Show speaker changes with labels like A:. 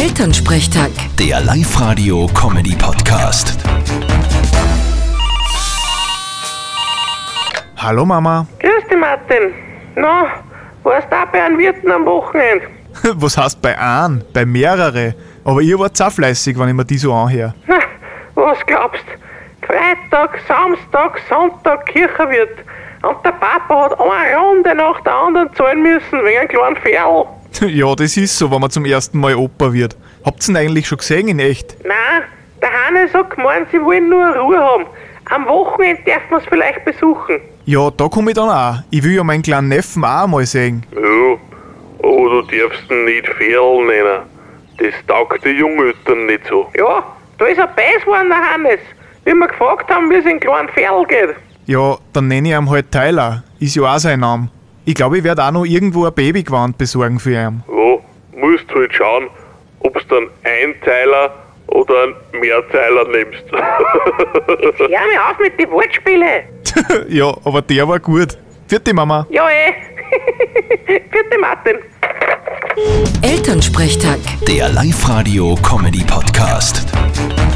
A: Elternsprechtag.
B: Der Live-Radio-Comedy-Podcast.
C: Hallo Mama.
D: Grüß dich, Martin. Na, warst du auch bei einem Wirten am Wochenende?
C: Was heißt bei ein, bei mehrere? Aber ihr wart auch fleißig, wenn ich mir die so anhöre.
D: Na, was glaubst Freitag, Samstag, Sonntag, Kirchenwirt. Und der Papa hat eine Runde nach der anderen zahlen müssen wegen einem kleinen Pferd.
C: Ja, das ist so, wenn man zum ersten Mal Opa wird. Habt's ihn eigentlich schon gesehen in echt?
D: Nein, der Hannes hat gemeint, sie wollen nur Ruhe haben. Am Wochenende darf man es vielleicht besuchen.
C: Ja, da komm ich dann auch. Ich will ja meinen kleinen Neffen auch einmal sehen.
E: Ja, aber du Also darfst ihn nicht Ferl nennen. Das taugt die Jungeltern nicht so.
D: Ja, da ist er beiß geworden, der Hannes. Wie wir gefragt haben, wie es in kleinen Pferd geht.
C: Ja, dann nenne ich ihn halt Tyler. Ist ja auch sein Name. Ich glaube, ich werde auch noch irgendwo ein Babygewand besorgen für ihn.
E: Ja, musst halt schauen, ob's dann Einteiler oder einen Mehrteiler nimmst.
D: Hör mir auf mit den Wortspielen.
C: ja, aber der war gut. Für die Mama.
D: Ja, eh. Vierte Martin.
A: Elternsprechtag.
B: Der Live-Radio-Comedy-Podcast.